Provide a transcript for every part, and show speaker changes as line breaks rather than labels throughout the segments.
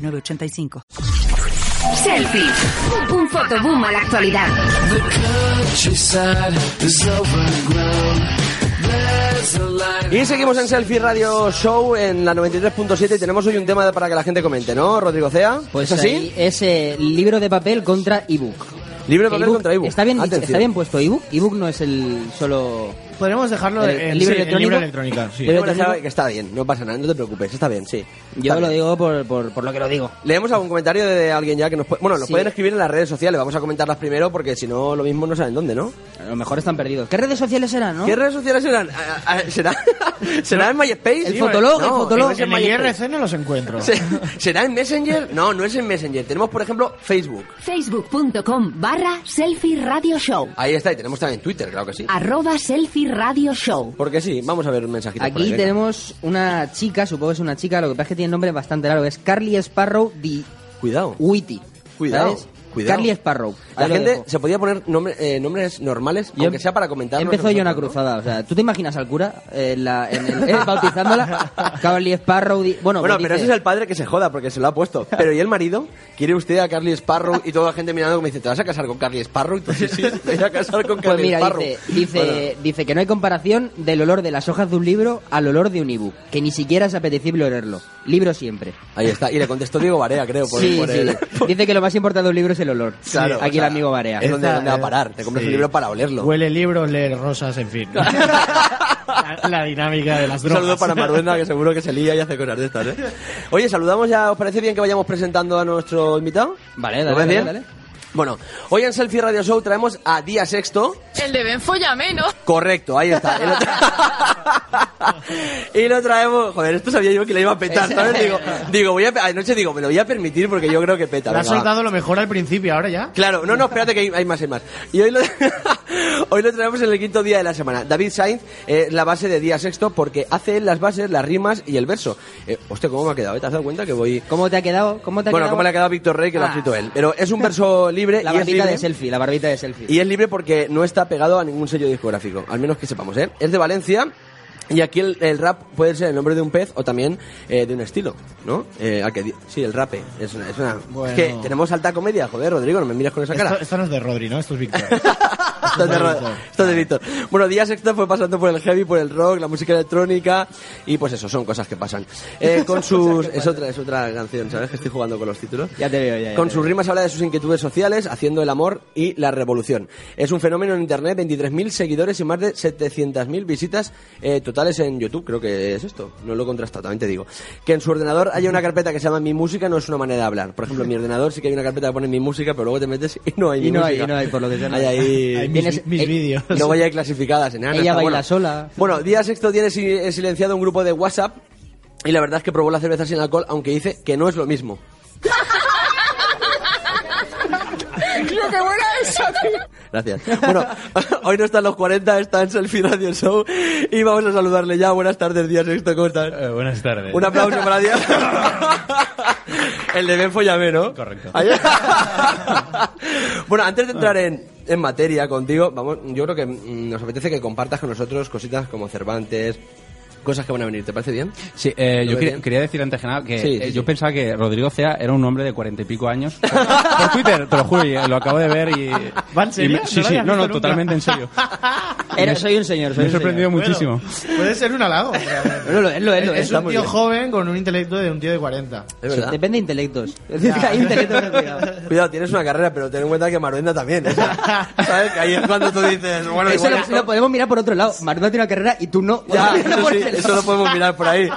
985.
Selfie, un fotoboom a la actualidad.
Y seguimos en Selfie Radio Show en la 93.7 y tenemos hoy un tema para que la gente comente, ¿no, Rodrigo Cea?
Pues así. Es eh, libro de papel contra ebook.
Libro de papel
ebook
contra ebook.
Está bien, está bien puesto ebook. Ebook no es el solo.
Podemos dejarlo
El-
en
el libro
sí,
electrónico.
libro electrónico, sí.
Pero
Pero te
también-
sabe que está bien, no pasa nada, no te preocupes, está bien, sí.
Yo
Está
lo
bien.
digo por, por, por lo que lo digo.
Leemos algún comentario de alguien ya que nos puede... Bueno, nos
Sí.
pueden escribir en las redes sociales, vamos a comentarlas primero porque si no, lo mismo no saben dónde, ¿no?
A lo mejor están perdidos. ¿Qué redes sociales serán, no?
¿Qué redes sociales serán? Ah, ah, ¿Será, ¿Será en MySpace?
El fotolog, el fotolog.
no es en
En el
MySpace.
IRC no los encuentro.
Se- ¿Será en Messenger? No, no es en Messenger. Tenemos, por ejemplo, Facebook.
Facebook.com barra selfie radio show.
Ahí está, y tenemos también Twitter, claro que sí.
Arroba selfie radio show.
Porque sí, vamos a ver un mensajito. por ahí,
Aquí
venga.
tenemos una chica, supongo que es una chica, lo que pasa es que tiene nombre bastante largo. Es Carly Sparrow Di
Cuidado.
Witty.
Cuidado,
¿sabes?
cuidado.
Carly Sparrow.
La
Ahí lo
gente
dejo.
se podía poner nombre- eh, nombres normales,
Yo
aunque sea para comentar.
Empezó yo una cruzada. O sea, ¿tú te imaginas al cura eh, en la- en el- eh, bautizándola? Carly Sparrow Di- Bueno,
Bueno,
pues
pero
dice-
ese es el padre que se joda porque se lo ha puesto. Pero ¿y el marido? ¿Quiere usted a Carly Sparrow? Y toda la gente mirando como dice, ¿te vas a casar con Carly Sparrow? Y tú, sí, sí, me voy a casar con
Pues
Carly
mira,
Sparrow.
dice, dice,
Bueno,
dice que no hay comparación del olor de las hojas de un libro al olor de un ebook, que ni siquiera es apetecible olerlo. Libro siempre.
ahí está. Y le contestó Diego Barea, creo, por,
sí,
por
sí.
el...
Dice que lo más importante de un libro es el olor.
Claro,
Aquí
o sea,
el amigo Barea.
Es donde,
Esta-
donde va a parar. Te compras
Sí.
un libro para olerlo.
Huele libros, leer rosas, en fin. la, la dinámica de las
Un
drogas.
saludo para Maruena, que seguro que se lía y hace cosas de estas, ¿eh? Oye, saludamos ya. ¿Os parece bien que vayamos presentando a nuestro invitado?
Vale,
¿Lo
dale,
ves
dale,
bien?
dale.
Bueno, hoy en Selfie Radio Show traemos a Día Sexto.
El de Ben Follamé, ¿no?
Correcto, ahí está. Y lo, tra- y lo traemos. Joder, esto sabía yo que le iba a petar, ¿sabes? Digo, digo voy a... pe- anoche digo, me lo voy a permitir porque yo creo que peta.
Le has
venga, va.
soltado lo mejor al principio, ahora ya.
Claro, no, no, espérate que hay, hay más, hay más. Y hoy lo, hoy lo traemos en el quinto día de la semana. David Sainz eh, la base de día sexto porque hace él las bases, las rimas y el verso. Eh, hostia, ¿cómo me ha quedado? eh? ¿Te has dado cuenta que voy...?
¿Cómo te ha quedado? ¿Cómo te ha
Bueno,
quedado?
¿cómo le ha quedado a Víctor Rey que lo ha
Ah.
escrito él? Pero es un verso libre
La
y es
barbita
libre.
de selfie, la barbita de selfie.
Y es libre porque no está pegado a ningún sello discográfico, al menos que sepamos, ¿eh? Es de Valencia y aquí el, el rap puede ser el nombre de un pez o también eh, de un estilo, ¿no? Eh, a que di- sí, el rape. Es una, es una-
Bueno.
Es que tenemos alta comedia, joder, Rodrigo, no me miras con esa cara.
Esto, esto no es de Rodri, ¿no? Esto es Víctor.
Esto es de Ro- esto es de Víctor. Bueno, Día Sexto fue pasando por el heavy, por el rock, la música electrónica y pues eso, son cosas que pasan. Eh, con sus... Es otra, es otra canción, ¿sabes? Que estoy jugando con los títulos.
Ya te veo, ya, ya
Con
te
sus
veo.
rimas habla de sus inquietudes sociales, haciendo el amor y la revolución. Es un fenómeno en Internet, 23.000 seguidores y más de 700.000 visitas eh, totales en YouTube, creo que es esto. No lo he contrastado, también te digo. Que en su ordenador haya una carpeta que se llama Mi Música no es una manera de hablar. Por ejemplo, en mi ordenador sí que hay una carpeta que pone Mi Música, pero luego te metes y no hay
Y
Mi
no hay,
Música.
y no hay, por lo que sea, no
Hay
hay.
ahí-
Hay
Tienes-
mis, mis
eh,
vídeos.
y luego ya hay clasificadas en
Ella baila sola.
Bueno, Día Sexto tiene si- silenciado un grupo de WhatsApp y la verdad es que probó la cerveza sin alcohol, aunque dice que no es lo mismo. Gracias. Bueno, hoy no están los 40, está en Selfie Radio Show y vamos a saludarle ya. Buenas tardes, Día Sexto, ¿cómo estás?
buenas tardes.
Un aplauso para Dios. El de Ben Follamé, ¿no?
Correcto.
Ahí- bueno, antes de entrar en, en materia contigo, vamos, yo creo que mm, nos apetece que compartas con nosotros cositas como Cervantes, cosas que van a venir. ¿Te parece bien?
Sí, eh,
¿Lo
yo
ves
quería,
bien?
quería decir antes que nada que
Sí, sí,
eh,
sí.
yo pensaba que Rodrigo Cea era un hombre de cuarenta y pico años. Por Twitter, te lo juro, y, eh, lo acabo de ver y...
¿Va en
y
serio?
me-
No
sí,
lo
sí,
había
no, no,
visto nunca.
totalmente en serio.
Era- soy un señor, soy
Me he
un
sorprendido
Bueno,
muchísimo.
puede ser un halago. o sea,
señor. No, lo es, lo es, lo es.
es
está
un
muy
tío
bien.
joven con un intelecto de un tío de 40.
Es verdad.
Depende de intelectos. Es decir, hay intelectos que cuidado.
Cuidado, tienes una carrera, pero ten en cuenta que Maruenda también. o sea, ¿Sabes? Que ahí es cuando tú dices, bueno,
Eso
igual
lo,
esto-
lo podemos mirar por otro lado. Maruda tiene una carrera y tú no.
Ya,
Mira
eso,
por
sí,
el-
eso lo podemos mirar por ahí.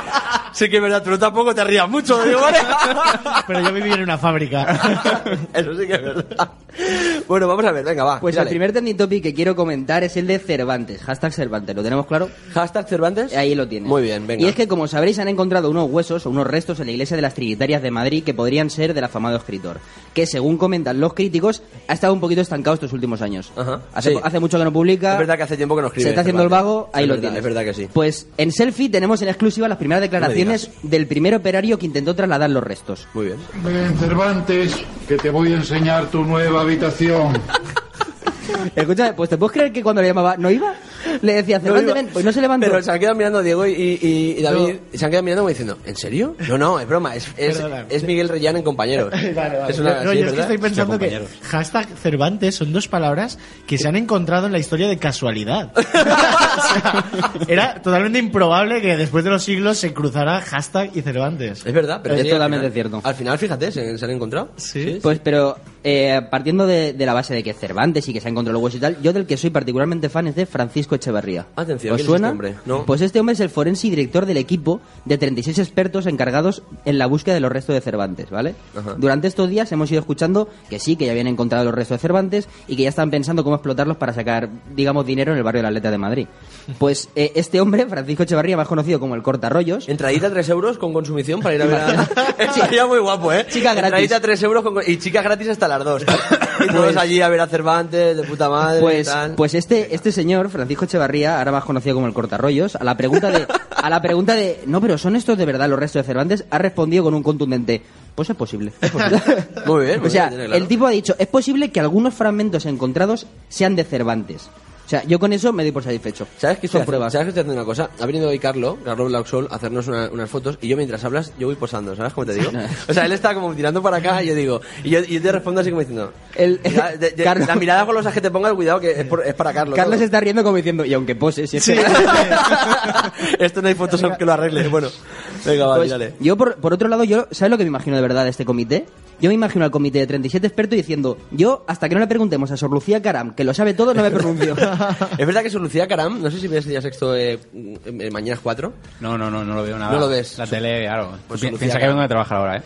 Sí que es verdad, pero tampoco te rías mucho, digo, ¿vale?
Pero yo viví en una fábrica.
Eso sí que es verdad. Bueno, vamos a ver, venga, va.
Pues
dale.
el primer trending topic que quiero comentar es el de Cervantes. Hashtag Cervantes, ¿lo tenemos claro?
Hashtag Cervantes.
Ahí lo tienes.
Muy bien, venga.
Y es que, como sabréis, han encontrado unos huesos o unos restos en la iglesia de las Trinitarias de Madrid que podrían ser del afamado escritor, que según comentan los críticos, ha estado un poquito estancado estos últimos años.
Ajá,
Hace,
sí.
hace mucho que no publica.
Es verdad que hace tiempo que no escribe
Se está haciendo el
Cervantes.
vago, ahí
Es
lo
verdad,
tienes.
es verdad que sí.
Pues en selfie tenemos en exclusiva las primeras declaraciones del primer operario que intentó trasladar los restos.
Muy bien.
Ven, Cervantes, que te voy a enseñar tu nueva habitación.
Escúchame, pues te puedes creer que cuando le llamaba, ¿no iba? Le decía, Cervantes,
iba-
ven, pues no se levantó.
Pero se han quedado mirando Diego y, y- y David. Se han quedado mirando como diciendo, ¿en serio? No, no, es broma. Es, es,
Perdona.
es Miguel Reyán en compañeros.
Vale, vale.
Es una,
no,
sí,
yo es que
¿verdad?
estoy pensando que
compañeros.
hashtag Cervantes son dos palabras que se han encontrado en la historia de casualidad. O sea, era totalmente improbable que después de los siglos se cruzara hashtag y Cervantes.
Es verdad, pero
Es
sí, al
totalmente
final-
cierto.
Al final, fíjate, se, se han encontrado.
Sí.
Pues, pero eh, partiendo de, de la base de que Cervantes y que se ha encontrado los huesos y tal, yo del que soy particularmente fan es de Francisco Echeverría.
Atención,
¿Os
¿quién es
suena?
este hombre? No.
Pues este hombre es el forense y director del equipo de 36 expertos encargados en la búsqueda de los restos de Cervantes, ¿vale?
Ajá.
Durante estos días hemos ido escuchando que sí, que ya habían encontrado los restos de Cervantes y que ya están pensando cómo explotarlos para sacar, digamos, dinero en el barrio de la Atleta de Madrid. Pues eh, este hombre, Francisco Echeverría, más conocido como el Cortarrollos,
Entradita 3 euros con consumición para ir a ver a... Estaría muy guapo, ¿eh?
Chica gratis.
Entradita 3 euros con... y chicas gratis hasta las 2. y todos allí a ver a Cervantes, de puta madre y
Pues,
tal.
pues este, este señor, Francisco Echevarría, ahora más conocido como el cortarrollos, a la pregunta de, a la pregunta de no, pero ¿son estos de verdad los restos de Cervantes? ha respondido con un contundente pues es posible. es posible".
Muy bien, muy
o sea,
bien, tiene claro.
el tipo ha dicho, es posible que algunos fragmentos encontrados sean de Cervantes. O sea, yo con eso me doy por satisfecho.
¿Sabes qué estoy
Son
haciendo?
pruebas.
¿Sabes qué estoy haciendo una cosa? Ha venido hoy Carlo, Carlo Blausol, a hacernos una- unas fotos y yo mientras hablas, yo voy posando, ¿sabes cómo te digo? O sea, él está como tirando para acá y yo digo, y yo, y yo te respondo así como diciendo,
El-
"Mira, de- de-
Carlo-
la mirada con los que te pongas, cuidado que es, por- es para Carlos.
Carlos está riendo como diciendo, y aunque pose, si es que-
Esto no hay Photoshop que lo arregle, bueno. Venga, va,
Pues,
dale.
yo, por, por otro lado, yo ¿sabes lo que me imagino de verdad de este comité? Yo me imagino al comité de 37 expertos diciendo, yo, hasta que no le preguntemos a Sor Lucía Caram, que lo sabe todo, no me pronuncio.
Es verdad que su Lucía Caram, no sé si ves día sexto eh, mm, eh, mañana es 4.
No, no, no, no lo veo nada.
No lo ves.
La tele, claro.
Pues
Pi-
Lucía
piensa que
Galán.
vengo de trabajar ahora, ¿eh?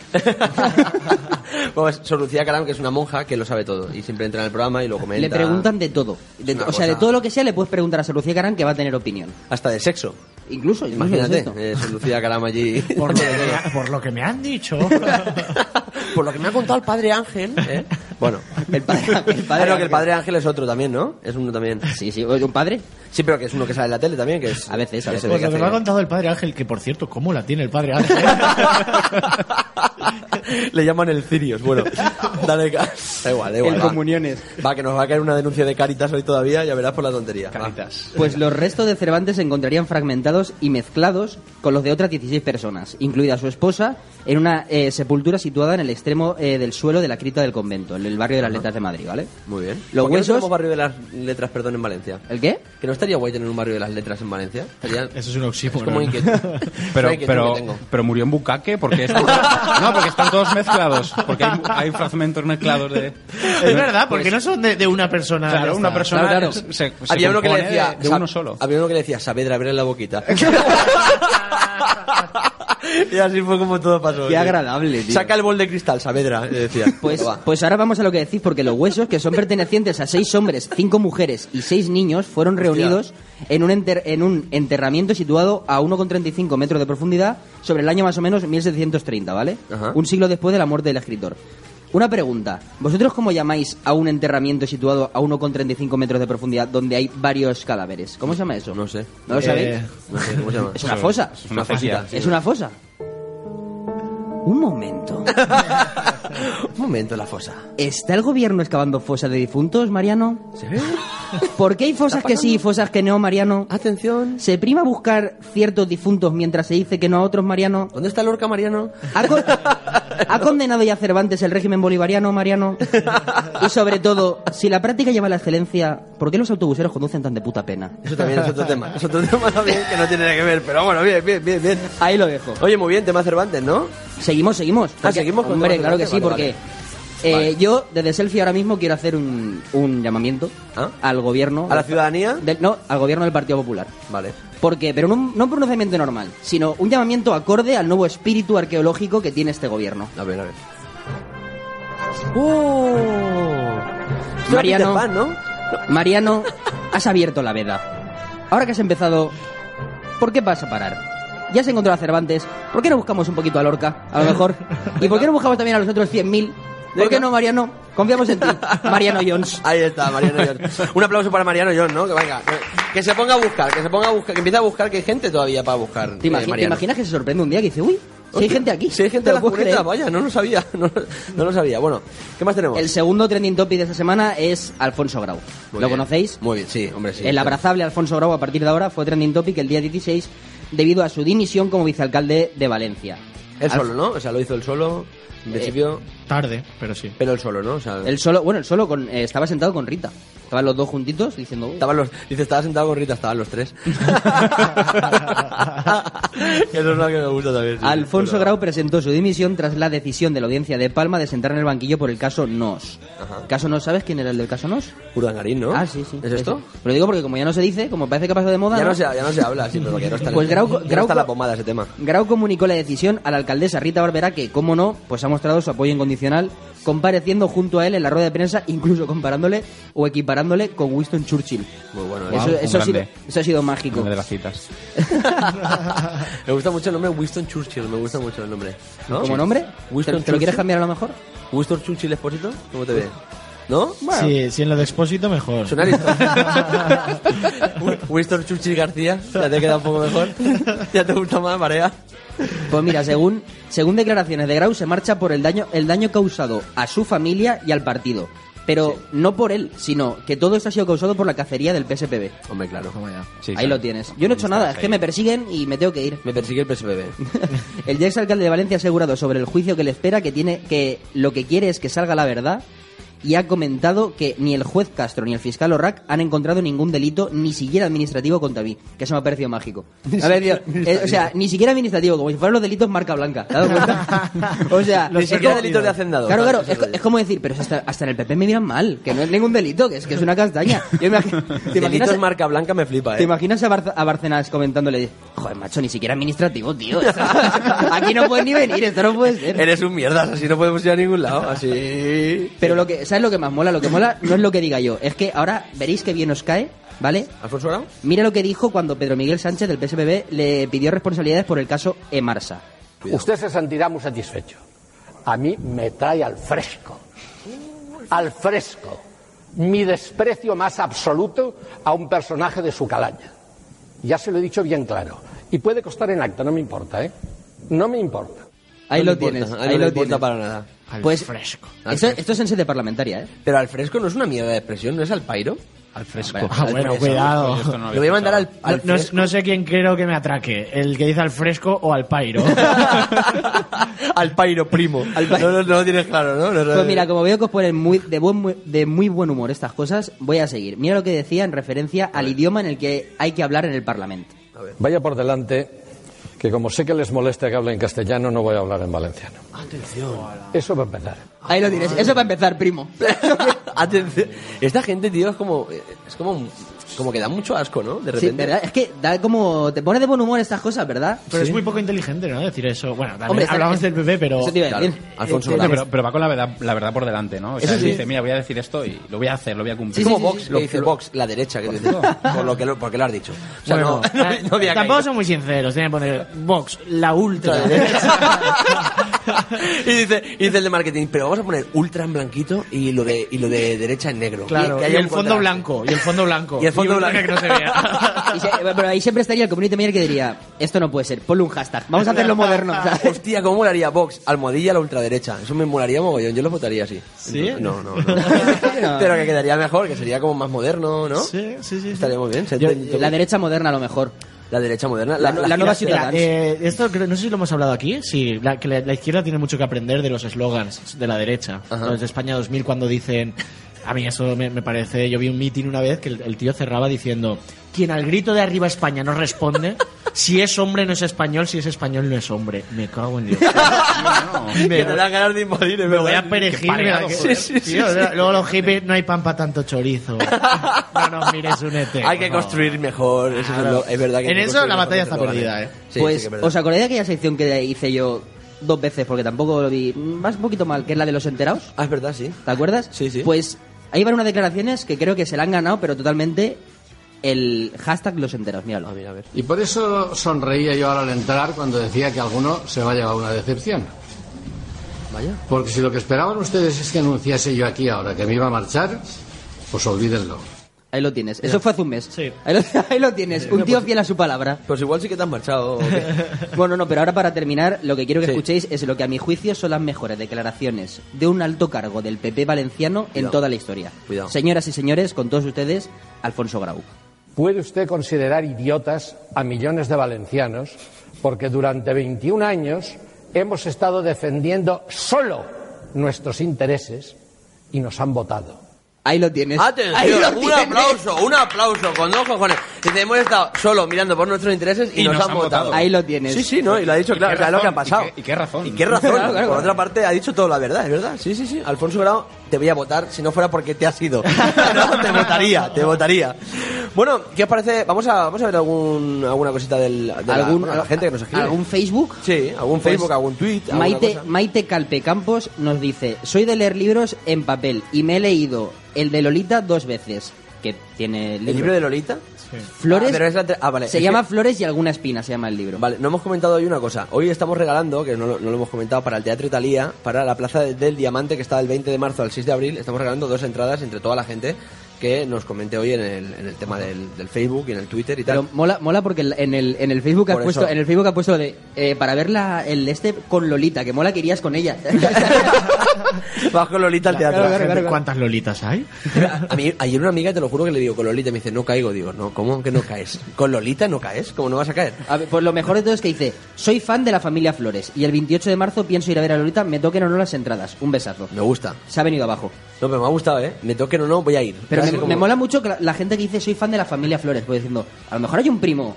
Vamos, pues, Sor Lucía Caram, que es una monja que lo sabe todo y siempre entra en el programa y lo comenta.
le preguntan de todo. De
Es una
to- o sea, de
cosa-
todo lo que sea, le puedes preguntar a Sor Lucía Caram que va a tener opinión.
Hasta de sexo.
Incluso, incluso
Imagínate,
es esto.
eh, Sor Lucía Caram allí.
Por, lo que me, ha- por lo que me han dicho.
Por lo que me ha contado el padre Ángel. ¿eh? Bueno.
El padre, el padre-
Claro Ah, que el padre Ángel es otro también, ¿no? Es uno también.
Sí, sí, oye, un padre.
Sí, pero que es uno que sale en la tele también, que es...
A veces, a
que se
Por
ve
lo
que
que me ha
hace-
contado el padre Ángel, que por cierto, ¿cómo la tiene el padre Ángel?
Le llaman el Cirios, bueno. Dale, ca- da igual, da igual.
El
va.
comuniones.
Va, que nos va a caer una denuncia de Caritas hoy todavía, ya verás por la tontería. va.
Pues los restos de Cervantes se encontrarían fragmentados y mezclados con los de otras 16 personas, incluida su esposa, en una eh, sepultura situada en el extremo eh, del suelo de la cripta del convento, en el barrio de las Letras de Madrid, ¿vale?
Muy bien.
Los
¿Por qué no
huesos-
tenemos barrio de las letras, perdón, en Valencia?
¿El qué?
Que no estaría guay tener un barrio de las letras en Valencia. Estaría...
Eso es un
es
oxímoron.
como inquietud.
Pero,
Una inquietud
pero,
que tengo.
pero murió en bucaque porque están, no, porque están todos mezclados. Porque hay, hay fragmentos mezclados de.
Es verdad,
Pues-
porque no son de, de una persona. Ah, ya
Claro,
está.
una persona.
Claro, claro.
se- se
Había uno que le
compone
decía...
de- De,
Sa-
uno solo.
Había uno que le decía, Saavedra, abre la boquita. y así fue como todo pasó.
Qué
tío.
agradable, tío.
Saca el bol de cristal, Saavedra, le decía.
Pues,
Va.
pues ahora vamos a lo que decís, porque los huesos, que son pertenecientes a seis hombres, cinco mujeres y seis niños, fueron
Hostia.
reunidos en un, enter- en un enterramiento situado a 1,35 metros de profundidad sobre el año más o menos 1730, ¿vale?
Ajá.
Un siglo después de la muerte del escritor. Una pregunta, ¿vosotros cómo llamáis a un enterramiento situado a 1,35 metros de profundidad donde hay varios cadáveres? ¿Cómo se llama eso?
No sé.
¿No lo sabéis?
Eh,
No sé, ¿cómo se llama?
Es una fosa.
Es una
fosita.
fosilla.
Es una fosa. Un momento.
Un momento, la fosa.
¿Está el gobierno excavando fosas de difuntos, Mariano?
¿Se ve?
¿Por qué hay fosas que sí y fosas que no, Mariano?
Atención.
¿Se prima buscar ciertos difuntos mientras se dice que no a otros, Mariano?
¿Dónde está Lorca, Mariano?
¿Ha, con- ha condenado ya Cervantes el régimen bolivariano, Mariano? Y sobre todo, si la práctica lleva a la excelencia, ¿por qué los autobuseros conducen tan de puta pena?
Eso también es otro tema. Es otro tema también que no tiene nada que ver. Pero bueno, bien, bien, bien, bien.
Ahí lo dejo.
Oye, muy bien, tema Cervantes, ¿no?
Seguimos, seguimos. Porque-
Ah, seguimos con
Hombre,
temas
claro que sí, porque
relevantes,
eh, yo desde Selfie ahora mismo quiero hacer un, un llamamiento
¿Ah?
al gobierno...
¿A la ciudadanía?
del- no, al gobierno del Partido Popular.
Vale.
Porque, pero no, no un pronunciamiento normal, sino un llamamiento acorde al nuevo espíritu arqueológico que tiene este gobierno.
A ver, a ver. ¡Oh! Esto era Peter
Mariano,
Pan, ¿no?
Mariano, has abierto la veda. Ahora que has empezado, ¿por qué vas a parar? Ya se encontró a Cervantes, ¿por qué no buscamos un poquito a Lorca, a lo mejor? ¿Y por qué no buscamos también a los otros 100.000? ¿Por qué no, Mariano? Confiamos en ti, Mariano Jones.
Ahí está, Mariano John. Un aplauso para Mariano John, ¿no? Que venga, que, que se ponga a buscar, que se ponga a buscar, que empiece a buscar que hay gente todavía para buscar.
¿Te,
eh,
imagi- te
Mariano.
imaginas que se sorprende un día que dice, uy, si hay
Hostia,
gente aquí?
Si hay gente en
no lo
la
puedo
cuneta,
creer.
vaya, no lo sabía, no, lo- no lo sabía. Bueno, ¿qué más tenemos?
El segundo trending topic de esta semana es Alfonso Grau.
Muy
¿Lo
bien.
conocéis?
Muy bien, sí, hombre, sí.
El abrazable Alfonso Grau a partir de ahora fue trending topic el día 16 debido a su dimisión como vicealcalde de Valencia.
Él
Al-
solo, ¿no? O sea, lo hizo él solo, en principio,
Eh,
Tarde, pero sí.
pero él solo, ¿no? O sea,
Él solo, bueno, él solo con, eh, estaba sentado con Rita. Estaban los dos juntitos diciendo.
Estaban los, dice, estaba sentado con Rita, estaban los tres. Eso es lo que me gusta también. sí.
Alfonso
Pero-
Grau presentó su dimisión tras la decisión de la audiencia de Palma de sentar en el banquillo por el caso Nos. ¿Caso Nos? ¿Sabes quién era el del caso Nos?
Urdangarín, ¿no?
Ah, sí, sí.
¿Es esto?
Pero digo porque como ya no se dice, como parece que ha pasado de moda.
Ya
¿no?
no, se, ya no se habla, sí, pero que no está, en-
Pues Grau-
ya no
Grau-
está en la pomada ese tema.
Grau comunicó la decisión a la alcaldesa Rita Barberá que, como no, pues ha mostrado su apoyo incondicional compareciendo junto a él en la rueda de prensa, incluso comparándole o equiparándole con Winston Churchill.
Muy bueno. ¿eh?
Guau,
eso,
un
eso ha sido,
grande.
eso ha sido mágico.
Una de las citas.
Me gusta mucho el nombre Winston Churchill, me gusta mucho el nombre. ¿No?
¿Como nombre? ¿Te,
Winston
te lo quieres
Churchill.
cambiar a lo mejor?
¿Winston Churchill Espósito? ¿Cómo te ves? ¿No?
Sí, sí, en lo de expósito mejor.
Suena listo. Winston Churchill García, ya te queda un poco mejor. Ya te gusta más, Marea.
Pues mira, según, según declaraciones de Grau, se marcha por el daño, el daño causado a su familia y al partido. Pero no por él, sino que todo esto ha sido causado por la cacería del PSPB.
Hombre, claro.
Sí,
ahí
sí.
lo tienes. Yo no he hecho nada, es que me persiguen y me tengo que ir.
Me persigue el PSPB.
el ya exalcalde de Valencia ha asegurado sobre el juicio que le espera que tiene que lo que quiere es que salga la verdad y ha comentado que ni el juez Castro ni el fiscal Orrac han encontrado ningún delito, ni siquiera administrativo contra mí, que eso me ha parecido mágico. Me ha parecido- eh, o sea, ni siquiera administrativo, como si fueran los delitos marca blanca. ¿Te has dado cuenta? o sea,
Los
es
¿Qué
como-
delitos de hacendado?
Claro, claro,
Ese
es, co-
rollo.
es como decir, pero si hasta, hasta en el PP me miran mal, que no es ningún delito, que es que es una castaña. Yo me imagino- ¿te imaginas-
Delitos marca blanca me flipa,
¿Te
eh.
imaginas a, Barce- a Barcenas comentándole, joder, macho, ni siquiera administrativo, tío? esto- aquí no puedes ni venir, esto no puede ser.
Eres un mierdas, así no podemos ir a ningún lado, así.
Pero lo que, ¿sabes lo que más mola? Lo que mola no es lo que diga yo, es que ahora veréis que bien os cae, ¿vale?
¿Alfonso Grau?
Mira lo que dijo cuando Pedro Miguel Sánchez del PSPB le pidió responsabilidades por el caso Emarsa.
Usted se sentirá muy satisfecho. A mí me trae al fresco, al fresco, mi desprecio más absoluto a un personaje de su calaña. Ya se lo he dicho bien claro. Y puede costar en acta, no me importa, ¿eh? No me importa.
Ahí
No
lo
me importa,
tienes,
a él no le
ahí lo
importa
tienes.
para nada.
Al
Pues,
fresco.
al
esto,
fresco.
esto es en sede parlamentaria, ¿eh?
Pero al fresco no es una mierda de expresión, ¿no es al pairo? Al fresco.
Ah, bueno, cuidado.
Yo esto no lo había
Lo voy a mandar al,
No,
al
no-
fresco.
no sé quién creo que me atraque, el que dice al fresco o al pairo.
al pairo primo. No, no, no lo tienes claro, ¿no? No, no,
Pues mira, como veo que os ponen muy, de, buen, mu- de muy buen humor estas cosas, voy a seguir. Mira lo que decía en referencia al idioma en el que hay que hablar en el Parlamento.
Vaya por delante que como sé que les molesta que hable en castellano, no voy a hablar en valenciano. Atención. Eso va a empezar.
Ahí lo tienes. Eso para empezar, primo.
Atención. Esta gente, tío, es como. eh, Es como. Como que da mucho asco, ¿no? De
Sí,
repente.
¿verdad? Es que da como... Te pone de buen humor estas cosas, ¿verdad?
Pero es muy poco inteligente, ¿no? Decir eso. Bueno, también
Hombre, está-
hablamos del bebé, pero...
Eso te iba a
Claro.
decir.
Alfonso
No,
Grau.
pero, pero va con la verdad, la verdad por delante, ¿no? O sea,
Eso
él
sí.
dice, mira, voy a decir esto y lo voy a hacer, lo voy a
Es
cumplir.
como
sí,
Vox,
sí.
lo que dice Vox, la derecha, que dice. Por lo que lo, porque lo has dicho. O sea,
Bueno, eh,
no, no había
tampoco
caído.
son muy sinceros. Tienen que poner Vox, la ultra.
y dice, y dice el de marketing, pero vamos a poner ultra en blanquito y lo de, y lo de derecha en negro.
claro,
que
y,
haya
el
un
fondo
contraste.
blanco. Y el fondo blanco.
Y el fondo
un
blanco.
que no se vea.
Y se- pero ahí siempre estaría el community manager que diría, esto no puede ser, ponle un hashtag, vamos a hacerlo moderno. ¿sabes?
Hostia, ¿cómo molaría Vox? Almohadilla a la ultraderecha. Eso me molaría mogollón. Yo lo votaría así.
¿Sí?
No, no, no. Pero que quedaría mejor, que sería como más moderno, ¿no?
Sí, sí, sí, sí.
Estaría muy bien. se
Yo-
enten-
la derecha moderna a lo mejor.
la derecha moderna. La,
La- la nueva
gira-
ciudadana.
Eh, esto creo- no sé si lo hemos hablado aquí. Sí, la, que la, la izquierda tiene mucho que aprender de los eslogans de la derecha. Los de España 2000 cuando dicen... A mí eso me, me parece... Yo vi un meeting una vez que el, el tío cerraba diciendo quien al grito de arriba España no responde, si es hombre no es español, si es español no es hombre. Me cago en Dios.
Que te dan ganas de invadir,
Me voy a perejil.
pareado,
¿verdad?
joder.
Sí, sí, sí, o sea, Luego los hippies, no hay pan para tanto chorizo. No nos mires un E ET.
Hay que
no.
construir mejor. eso es lo- es verdad que hay
En
que
eso
construir
la
mejor
batalla
los
está
eslóganes.
perdida, ¿eh?
Sí,
pues,
sí que es verdad.
¿os acordáis de aquella sección que hice yo mm, dos veces? Porque tampoco lo vi, más un poquito mal, que es la de los enterados.
Ah, es verdad, sí.
¿Te acuerdas?
Sí, sí.
Pues Ahí van unas declaraciones que creo que se la han ganado, pero totalmente el hashtag los enteros. Míralo.
mira, a ver.
Y por eso sonreía yo ahora al entrar cuando decía que alguno se va a llevar una decepción.
Vaya.
Porque si lo que esperaban ustedes es que anunciase yo aquí ahora que me iba a marchar, pues olvídenlo.
Ahí lo tienes. Eso fue hace un mes.
Sí.
Ahí lo, ahí lo tienes. Un tío fiel a su palabra.
Pues igual sí que te has marchado. ¿o qué?
Bueno, no, pero ahora para terminar, lo que quiero que
Sí.
escuchéis es lo que a mi juicio son las mejores declaraciones de un alto cargo del PP valenciano en
Cuidado.
toda la historia.
Cuidado.
Señoras y señores, con todos ustedes, Alfonso Grau.
¿Puede usted considerar idiotas a millones de valencianos? Porque durante 21 años hemos estado defendiendo solo nuestros intereses y nos han votado.
Ahí lo tienes. Ahí
Atención,
lo
un
tienes.
aplauso, un aplauso, con dos cojones. Dice, hemos estado solo mirando por nuestros intereses y, nos, han, votado.
Ahí lo tienes.
Sí, sí, no, y lo ha dicho claro,
qué
claro lo que ha
razón,
pasado.
y qué- y qué razón.
Y qué razón.
Claro, claro,
Por
claro.
otra parte, ha dicho toda la verdad, es verdad. Sí, sí, sí. Alfonso Grau, te voy a votar si no fuera porque te has ido. No, te votaría, te votaría. Bueno, ¿qué os parece? Vamos a, vamos a ver algún, alguna cosita del, de la-
¿Algún,
bueno, la gente que nos escribe.
¿Algún Facebook?
Sí, algún
Pues,
Facebook, algún tweet, alguna
Maite,
cosa.
Maite Calpe Campos nos dice, soy de leer libros en papel y me he leído el de Lolita dos veces, que tiene
¿El libro de Lolita?
Flores.
Ah, pero es la entre- ah, vale.
Se
Es
llama
que-
Flores y alguna espina, se llama el libro.
Vale, no hemos comentado hoy una cosa. Hoy estamos regalando, que no, lo- no lo hemos comentado, para el Teatro Italia, para la Plaza de- del Diamante, que está del 20 de marzo al 6 de abril. Estamos regalando dos entradas entre toda la gente que nos comente hoy en el, en el tema del, del Facebook y en el Twitter y tal.
Pero mola, mola porque en el, en el Facebook has
Por
puesto,
eso.
en el Facebook has puesto lo de eh, para ver la- el este con Lolita, que mola que irías con ella.
Vas con Lolita al teatro.
Claro, claro, claro, claro.
¿Cuántas lolitas hay?
A mí, ayer una amiga, te lo juro que le digo con Lolita, me dice, no caigo. Digo, no, ¿cómo que no caes? ¿Con Lolita no caes? ¿Cómo no vas a caer?
A ver, pues lo mejor de todo es que dice, soy fan de la familia Flores y el 28 de marzo pienso ir a ver a Lolita, me toquen o no las entradas. Un besazo.
Me gusta.
Se ha venido abajo.
No, pero me ha gustado, ¿eh? Me toquen o no, voy a ir.
Pero me,
Casi como-
me mola mucho que la, la gente que dice soy fan de la familia Flores, pues diciendo, a lo mejor hay un primo.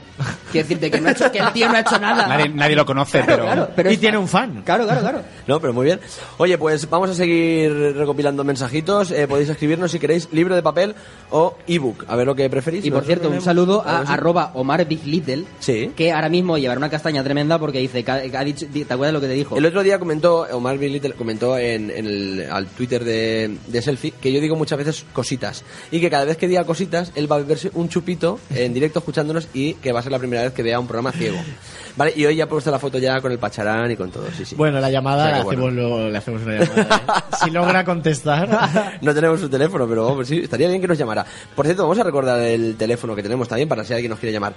Quiero decirte que, no ha hecho, que el tío no ha hecho nada.
Nadie, nadie lo conoce,
Claro,
pero...
claro, pero
Y
es
tiene un fan.
Claro, claro, claro.
No, pero muy bien. Oye, pues vamos a seguir recopilando mensajitos. Eh, podéis escribirnos si queréis libro de papel o ebook. A ver lo que preferís.
Y por
Nosotros
cierto, un
leemos.
saludo a
ver si-
arroba Omar Big Little,
Sí.
que ahora mismo llevará una castaña tremenda porque dice, que ha- que ha dicho- di- ¿te acuerdas lo que te dijo?
El otro día comentó, Omar Big Little comentó en, en el, al Twitter de, de Selfie, que yo digo muchas veces cositas. Y que cada vez que diga cositas, él va a beberse un chupito en directo escuchándonos y que va a ser la primera vez que vea un programa ciego. Vale, y hoy ya he puesto la foto ya con el pacharán y con todo, sí, sí.
Bueno, la llamada
O sea que
la hacemos luego- le hacemos una llamada. ¿eh? si logra contestar.
No tenemos su teléfono, pero vamos, sí, estaría bien que nos llamara. Por cierto, vamos a recordar el teléfono que tenemos también para si alguien nos quiere llamar.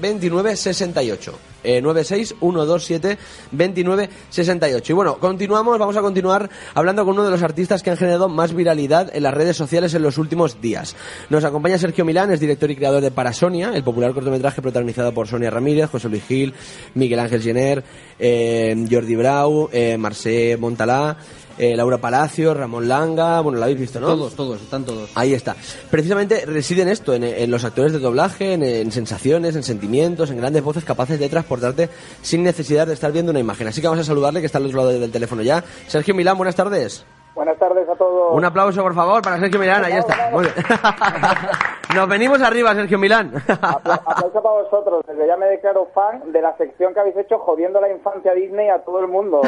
961272968. Eh, 961272968. Y bueno, continuamos, vamos a continuar hablando con uno de los artistas que han generado más viralidad en las redes sociales en los últimos días. Nos acompaña Sergio Milán, es director y creador de Parasonia, el popular cortometraje protagonizado por Sonia Ramírez, José Luis Gil, Miguel Ángel Jenner, eh, Jordi Brau, eh, Marcé Montalá, eh, Laura Palacio, Ramón Langa, bueno, lo habéis visto, ¿no?
Todos, todos, están todos.
Ahí está. Precisamente reside en esto, en, en los actores de doblaje, en, en sensaciones, en sentimientos, en grandes voces capaces de transportarte sin necesidad de estar viendo una imagen. Así que vamos a saludarle, que está al otro lado del teléfono ya. Sergio Milán, buenas tardes.
Buenas tardes a todos.
Un aplauso, por favor, para Sergio Milán. Ahí está. Muy bien. Nos venimos arriba, Sergio Milán.
Apla- Aplauso para vosotros. Desde ya me declaro fan de la sección que habéis hecho jodiendo la infancia Disney a todo el mundo.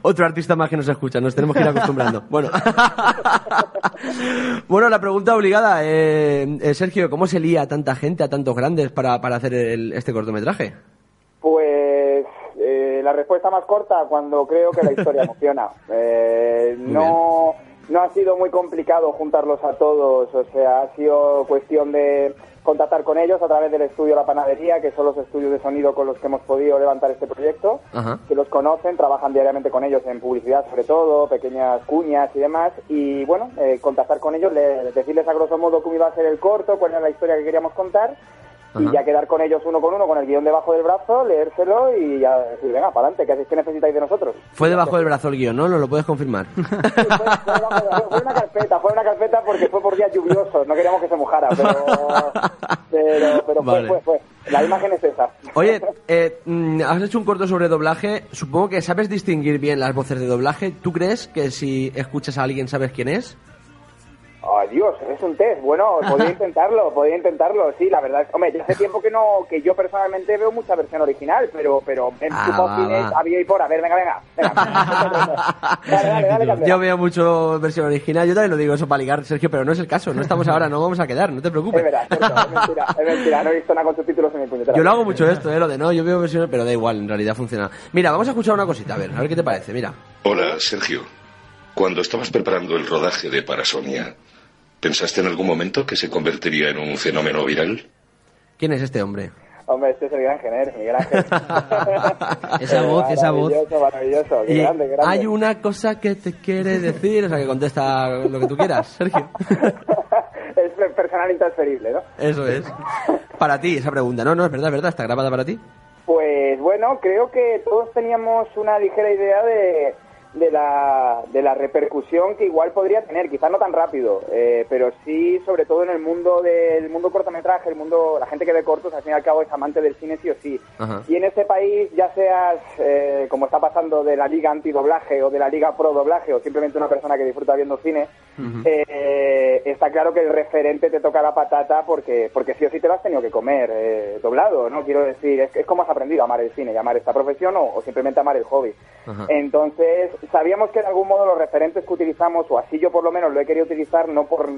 Otro artista más que nos escucha, nos tenemos que ir acostumbrando. Bueno, bueno la pregunta obligada, eh, eh, Sergio, ¿cómo se lía a tanta gente, a tantos grandes para, para hacer el- este cortometraje?
Pues eh, la respuesta más corta cuando creo que la historia emociona. Eh, no, no ha sido muy complicado juntarlos a todos, o sea, ha sido cuestión de contactar con ellos a través del estudio La Panadería, que son los estudios de sonido con los que hemos podido levantar este proyecto,
Ajá.
que los conocen, trabajan diariamente con ellos en publicidad sobre todo, pequeñas cuñas y demás, y bueno, eh, contactar con ellos, le- decirles a grosso modo cómo iba a ser el corto, cuál era la historia que queríamos contar, y
Ajá.
ya quedar con ellos uno con uno, con el guión debajo del brazo, leérselo y ya decir, venga, para adelante, ¿qué hacéis que necesitáis de nosotros?
Fue debajo del brazo el guión, ¿no? ¿No lo puedes confirmar?
Sí, fue, fue debajo de- fue una carpeta, fue una carpeta porque fue por días lluviosos, no queríamos que se mojara, pero, pero, pero fue,
Vale.
fue, fue. La imagen es esa.
Oye, eh, mm, has hecho un corto sobre doblaje, supongo que sabes distinguir bien las voces de doblaje. ¿Tú crees que si escuchas a alguien sabes quién es?
Ay, Dios, es un test. Bueno, podría intentarlo, podría intentarlo. Sí, la verdad es, hombre, ya hace tiempo que no, que yo personalmente veo mucha versión original, pero, pero en
Ah,
tu
va,
popines
va.
había y por. A ver, venga, venga. venga. dale, dale, dale, campeón.
Yo veo mucho versión original, yo también lo digo eso para ligar, Sergio, pero no es el caso, no estamos ahora, no vamos a quedar, no te preocupes.
Es verdad, es verdad, es mentira, es mentira. No he visto nada con subtítulos en mi puñetera.
Yo lo hago mucho esto, eh, lo de no, yo veo versiones, pero da igual, en realidad funciona. Mira, vamos a escuchar una cosita, a ver, a ver qué te parece, mira.
Hola, Sergio. Cuando estabas preparando el rodaje de Parasonia, ¿pensaste en algún momento que se convertiría en un fenómeno viral?
¿Quién es este hombre?
Hombre, este es el gran gener, Miguel Ángel.
Esa voz, esa voz.
Maravilloso, maravilloso. Qué
Y
grande, grande.
Eh, hay una cosa que te quiere decir, o sea, que contesta lo que tú quieras, Sergio.
es per- personal intransferible, ¿no?
Eso es. Para ti, esa pregunta, no, no, es verdad, es verdad, está grabada para ti.
Pues bueno, creo que todos teníamos una ligera idea de, de, la, de la repercusión que igual podría tener, quizás no tan rápido, eh, pero sí sobre todo en el mundo del mundo cortometraje, el mundo, la gente que ve cortos al fin y al cabo es amante del cine sí o sí.
Ajá.
Y en este país, ya seas eh, como está pasando de la liga antidoblaje o de la liga pro doblaje o simplemente una persona que disfruta viendo cine, eh, está claro que el referente te toca la patata porque, porque sí o sí te lo has tenido que comer eh, doblado, ¿no? Quiero decir, es, es como has aprendido a amar el cine y amar esta profesión o, o simplemente amar el hobby.
Ajá.
Entonces, sabíamos que de algún modo los referentes que utilizamos, o así yo por lo menos lo he querido utilizar, no por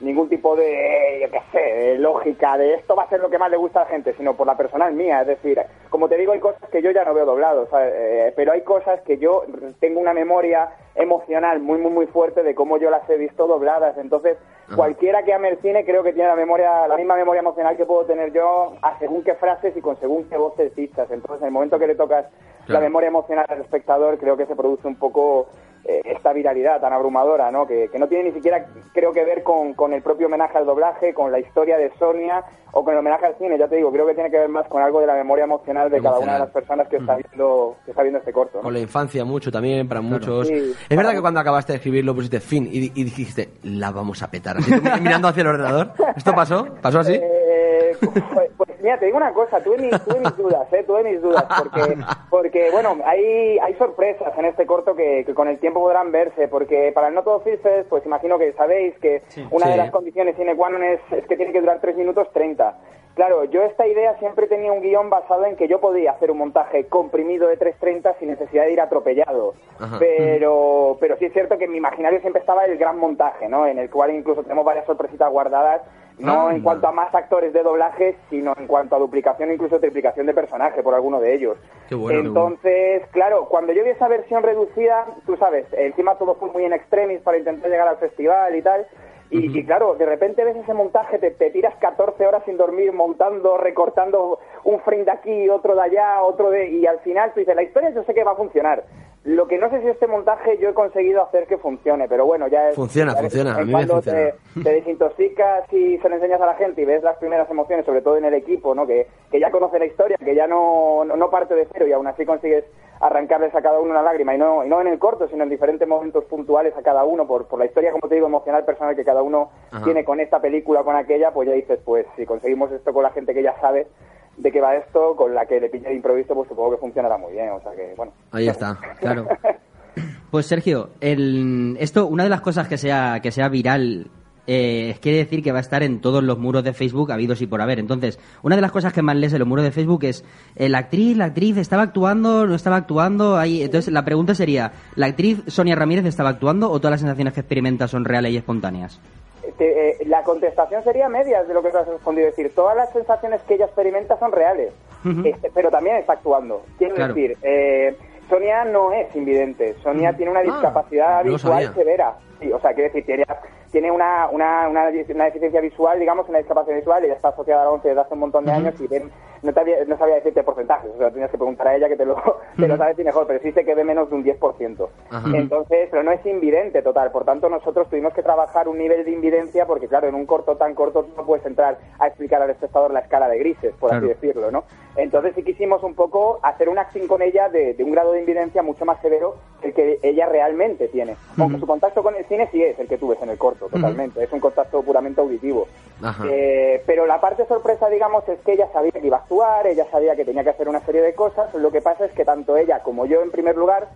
ningún tipo de, yo qué sé, de lógica, de esto va a ser lo que más le gusta a la gente, sino por la personal mía. Es decir, como te digo, hay cosas que yo ya no veo doblado, ¿sabes? Eh, pero hay cosas que yo tengo una memoria emocional muy, muy, muy fuerte de cómo yo las he visto dobladas. Entonces, cualquiera que ame el cine creo que tiene la memoria, la misma memoria emocional que puedo tener yo a según qué frases y con según qué voces dichas. Entonces, en el momento que le tocas la
Claro.
memoria emocional del espectador, creo que se produce un poco eh, esta viralidad tan abrumadora, ¿no? Que, que no tiene ni siquiera, creo que ver con, con el propio homenaje al doblaje, con la historia de Sonia o con el homenaje al cine. Ya te digo, creo que tiene que ver más con algo de la memoria emocional de cada una
Emocional.
de
Mm.
las personas que está viendo, que está viendo este corto. ¿no?
Con la infancia mucho también, para muchos.
Sí,
es
para
verdad que
muchos.
cuando acabaste de escribirlo pusiste fin y, di- y dijiste, la vamos a petar. Así, tú mirando hacia el ordenador. ¿Esto pasó? ¿Pasó así?
Eh, pues, pues mira, te digo una cosa, tuve mis, tuve mis dudas, eh, tuve mis dudas, porque, porque bueno, hay, hay sorpresas en este corto que, que con el tiempo podrán verse, porque para el No Todo Filces, pues imagino que sabéis que una de
Sí.
las condiciones sine qua non es, es que tiene que durar 3 minutos 30. Claro, yo esta idea siempre tenía un guión basado en que yo podía hacer un montaje comprimido de 3.30 sin necesidad de ir atropellado.
Ajá.
Pero, pero sí es cierto que en mi imaginario siempre estaba el gran montaje, ¿no? En el cual incluso tenemos varias sorpresitas guardadas,
Ah,
no en cuanto a más actores de doblaje, sino en cuanto a duplicación e incluso triplicación de personaje por alguno de ellos.
Qué bueno, qué bueno.
Entonces, entonces, claro, cuando yo vi esa versión reducida, tú sabes, encima todo fue muy en extremis para intentar llegar al festival y tal. Y, y claro, de repente ves ese montaje, te, te tiras 14 horas sin dormir, montando, recortando un frame de aquí, otro de allá, otro de... Y al final tú dices, la historia yo sé que va a funcionar. Lo que no sé si este montaje yo he conseguido hacer que funcione, pero bueno, ya es...
Funciona,
ya es-
funciona, a mí
es
me
cuando te-
funciona.
te desintoxicas y se lo enseñas a la gente y ves las primeras emociones, sobre todo en el equipo, ¿no? Que, que ya conoce la historia, que ya no, no, no parte de cero y aún así consigues arrancarles a cada uno una lágrima y no, y no en el corto, sino en diferentes momentos puntuales a cada uno por, por la historia, como te digo, emocional, personal que cada uno
Ajá.
tiene con esta película, con aquella, pues ya dices, pues si conseguimos esto con la gente que ya sabe de qué va esto, con la que le pilla de improviso, pues supongo que funcionará muy bien, o sea que, bueno.
Ahí está.
Claro. Pues Sergio, el- esto, una de las cosas que sea, que sea viral, eh, es quiere decir que va a estar en todos los muros de Facebook habidos y por haber. Entonces, una de las cosas que más lees en los muros de Facebook es eh, la actriz, la actriz estaba actuando, no estaba actuando. Ahí, entonces, la pregunta sería, ¿la actriz Sonia Ramírez estaba actuando o todas las sensaciones que experimenta son reales y espontáneas?
Ah,
Te- eh, la contestación sería medias de lo que tú has respondido. Es decir, todas las sensaciones que ella experimenta son reales, Este, pero también está actuando. Quiero
Claro.
decir, eh, Sonia no es invidente. Sonia tiene una discapacidad
Ah, no lo
visual
sabía.
severa. Sí, o sea, quiero decir, tiene, tiene una, una, una, una deficiencia visual, digamos, una discapacidad visual. Ella está asociada a la ONCE desde hace un montón de años y ven- no, te había- no sabía decirte porcentajes. O sea, tienes que preguntar a ella que te lo, te lo sabe decir mejor, pero sí sé que ve menos de un 10%.
Ajá.
Entonces, pero no es invidente total. Por tanto, nosotros tuvimos que trabajar un nivel de invidencia porque, claro, en un corto tan corto tú no puedes entrar a explicar al espectador la escala de grises, por así decirlo, ¿no? Entonces sí quisimos un poco hacer un acting con ella de, de un grado de invidencia mucho más severo que el que ella realmente tiene. Aunque su contacto con el cine sí es el que tú ves en el corto, totalmente. Es un contacto puramente auditivo.
Ajá.
Eh, pero la parte sorpresa, digamos, es que ella sabía que iba a actuar, ella sabía que tenía que hacer una serie de cosas. Lo que pasa es que tanto ella como yo, en primer lugar,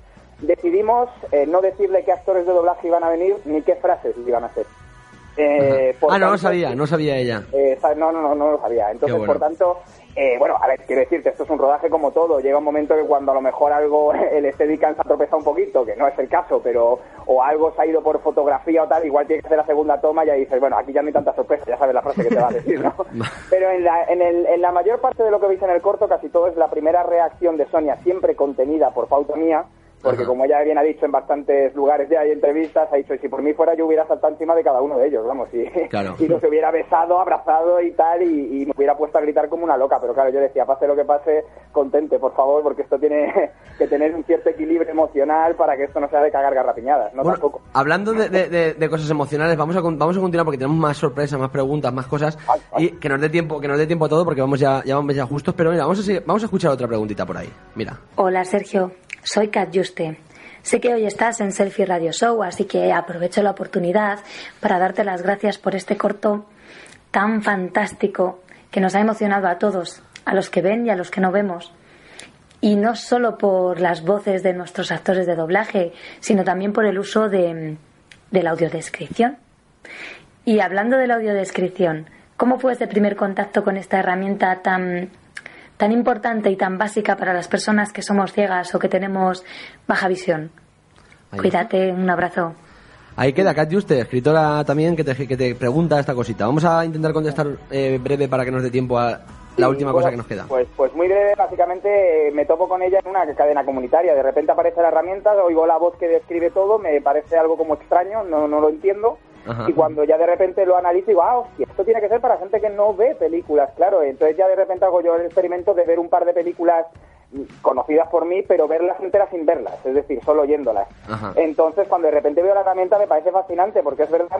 decidimos eh, no decirle qué actores de doblaje iban a venir ni qué frases iban a hacer. Eh, por
ah, no, no
tanto,
sabía, no sabía ella.
eh, sa- no, no, no, no lo sabía. Entonces,
Qué bueno.
por tanto, eh, bueno, a ver, quiero decirte, esto es un rodaje como todo. Llega un momento que cuando a lo mejor algo, el Steadicam se ha tropezado un poquito, que no es el caso, pero o algo se ha ido por fotografía o tal, igual tienes que hacer la segunda toma y ahí dices, bueno, aquí ya no hay tanta sorpresa, ya sabes la frase que te va a decir, ¿no? pero en la, en, el- en la mayor parte de lo que veis en el corto, casi todo es la primera reacción de Sonia, siempre contenida por pauta mía, porque
Ajá.
como ella bien ha dicho en bastantes lugares ya hay entrevistas, ha dicho, si por mí fuera yo hubiera saltado encima de cada uno de ellos, vamos, y,
Claro.
y los hubiera besado, abrazado y tal, y, y me hubiera puesto a gritar como una loca, pero claro, yo decía, pase lo que pase, contente, por favor, porque esto tiene que tener un cierto equilibrio emocional para que esto no sea de cagar garrapiñadas, no
Bueno,
tampoco.
hablando de, de- de- de cosas emocionales, vamos a, con- vamos a continuar porque tenemos más sorpresas, más preguntas, más cosas. Y que nos dé tiempo, que nos dé tiempo a todo porque vamos ya, ya vamos ya justos. Pero mira, vamos a, seguir- vamos a escuchar otra preguntita por ahí. Mira.
Hola Sergio, soy Kat Yuste. Sé que hoy estás en Selfie Radio Show, así que aprovecho la oportunidad para darte las gracias por este corto tan fantástico que nos ha emocionado a todos, a los que ven y a los que no vemos. Y no solo por las voces de nuestros actores de doblaje, sino también por el uso de, de la audiodescripción. Y hablando de la audiodescripción, ¿cómo fue ese primer contacto con esta herramienta tan tan importante y tan básica para las personas que somos ciegas o que tenemos baja visión.
Ahí.
Cuídate, un abrazo.
Ahí queda Kat Juste, escritora también, que te, que te pregunta esta cosita. Vamos a intentar contestar eh, breve para que nos dé tiempo a la última cosa que nos queda.
Pues, pues muy breve, básicamente eh, me topo con ella en una cadena comunitaria. De repente aparece la herramienta, oigo la voz que describe todo, me parece algo como extraño, no, no lo entiendo.
Ajá.
Y cuando ya de repente lo analizo, digo, ah, hostia, esto tiene que ser para gente que no ve películas, claro. Entonces ya de repente hago yo el experimento de ver un par de películas mm, conocidas por mí, pero verlas enteras sin verlas, es decir, solo oyéndolas.
Ajá.
Entonces, cuando de repente veo la herramienta, me parece fascinante, porque es verdad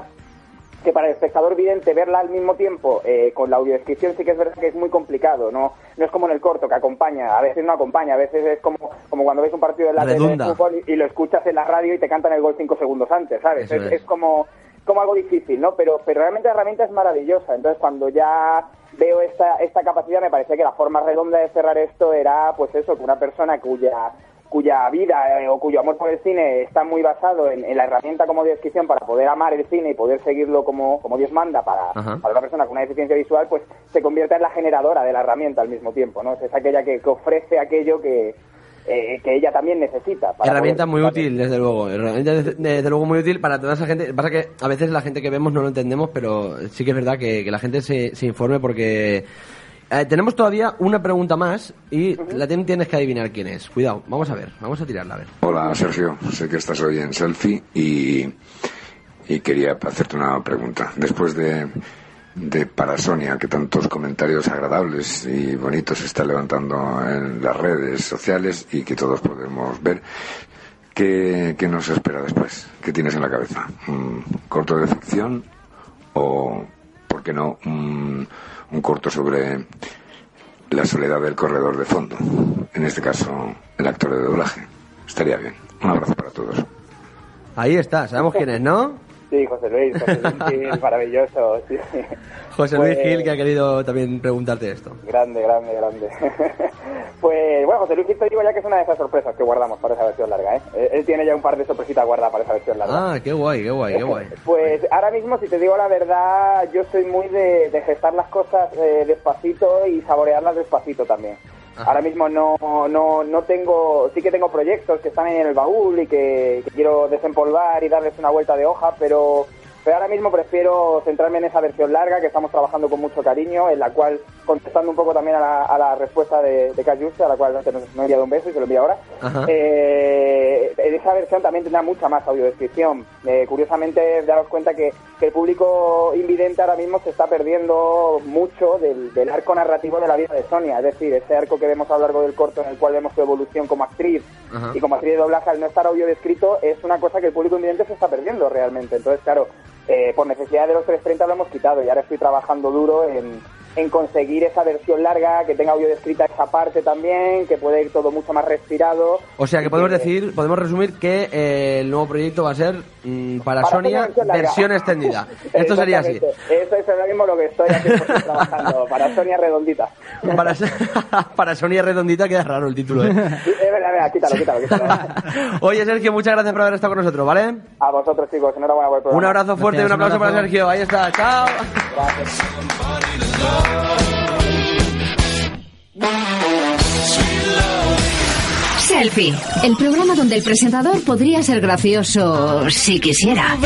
que para el espectador vidente verla al mismo tiempo eh, con la audiodescripción sí que es verdad que es muy complicado, ¿no? No es como en el corto, que acompaña, a veces no acompaña, a veces es como, como cuando ves un partido de la tele de
Redunda.
fútbol y, y lo escuchas en la radio y te cantan el gol cinco segundos antes, ¿sabes?
Eso
Es,
es.
es como, como algo difícil, ¿no? Pero, pero realmente la herramienta es maravillosa, entonces cuando ya veo esta, esta capacidad me parece que la forma redonda de cerrar esto era, pues eso, que una persona cuya cuya vida eh, o cuyo amor por el cine está muy basado en, en la herramienta como descripción para poder amar el cine y poder seguirlo como, como Dios manda para,
Ajá.
para una persona con una deficiencia visual, pues se convierte en la generadora de la herramienta al mismo tiempo, ¿no? Es aquella que, que ofrece aquello que, eh, que ella también necesita. para
herramienta
poder-
muy útil, desde luego. Herramienta, desde, desde luego, muy útil para toda esa gente. Pasa que a veces la gente que vemos no lo entendemos, pero sí que es verdad que, que la gente se, se informe porque. eh, tenemos todavía una pregunta más y la ten- tienes que adivinar quién es. Cuidado, vamos a ver, vamos a tirarla a ver.
Hola Sergio, sé que estás hoy en Selfie y, y quería hacerte una pregunta. Después de, de Parasonia, que tantos comentarios agradables y bonitos está levantando en las redes sociales y que todos podemos ver, ¿qué, qué nos espera después? ¿Qué tienes en la cabeza? ¿Un Mm, corto de ficción o, por qué no, un, un corto sobre la soledad del corredor de fondo? En este caso, el actor de doblaje. Estaría bien. Un abrazo para todos.
Ahí está, sabemos quién es, ¿no?
Sí, José Luis, José Luis, sí, es maravilloso, sí.
José Luis
Pues-
Gil, que ha querido también preguntarte esto.
Grande, grande, grande. pues bueno, José Luis, te digo ya que es una de esas sorpresas que guardamos para esa versión larga, ¿eh? Él- Él tiene ya un par de sorpresitas guardadas para esa versión larga.
Ah, qué guay, qué guay, qué guay.
Pues ahora mismo, si te digo la verdad, yo soy muy de, de gestar las cosas eh, despacito y saborearlas despacito también. Ahora mismo no, no, no tengo, sí que tengo proyectos que están en el baúl y que, que quiero desempolvar y darles una vuelta de hoja, pero, pero ahora mismo prefiero centrarme en esa versión larga que estamos trabajando con mucho cariño, en la cual, contestando un poco también a la, a la respuesta de, de Cayuse, a la cual antes nos, nos ha enviado un beso y se lo envía ahora,
Ajá.
eh, en esa versión también tendrá mucha más audiodescripción. Eh, curiosamente, daros cuenta que, que el público invidente ahora mismo se está perdiendo mucho del, del arco narrativo de la vida de Sonia. Es decir, ese arco que vemos a lo largo del corto en el cual vemos su evolución como actriz
Ajá.
y como actriz de doblaje al no estar audiodescrito es una cosa que el público invidente se está perdiendo realmente. Entonces, claro, eh, por necesidad de los 330 lo hemos quitado y ahora estoy trabajando duro en, en conseguir esa versión larga, que tenga audio descrita esa parte también, que puede ir todo mucho más respirado.
O sea que podemos decir, podemos resumir que eh, el nuevo proyecto va a ser mm, para, Sonia
versión larga.
versión extendida. Esto sería así.
Exactamente. Eso es ahora mismo lo que estoy haciendo, trabajando, para Sonia Redondita.
Para, para Sonia Redondita queda raro el título. ¿eh?
Sí, Es verdad, es verdad, quítalo, quítalo, quítalo.
Oye Sergio, muchas gracias por haber estado con nosotros, ¿vale?
A vosotros chicos, enhorabuena por el programa.
Un abrazo fuerte y un aplauso para Sergio. Ahí está, chao.
Selfie, el programa donde el presentador podría ser gracioso si quisiera.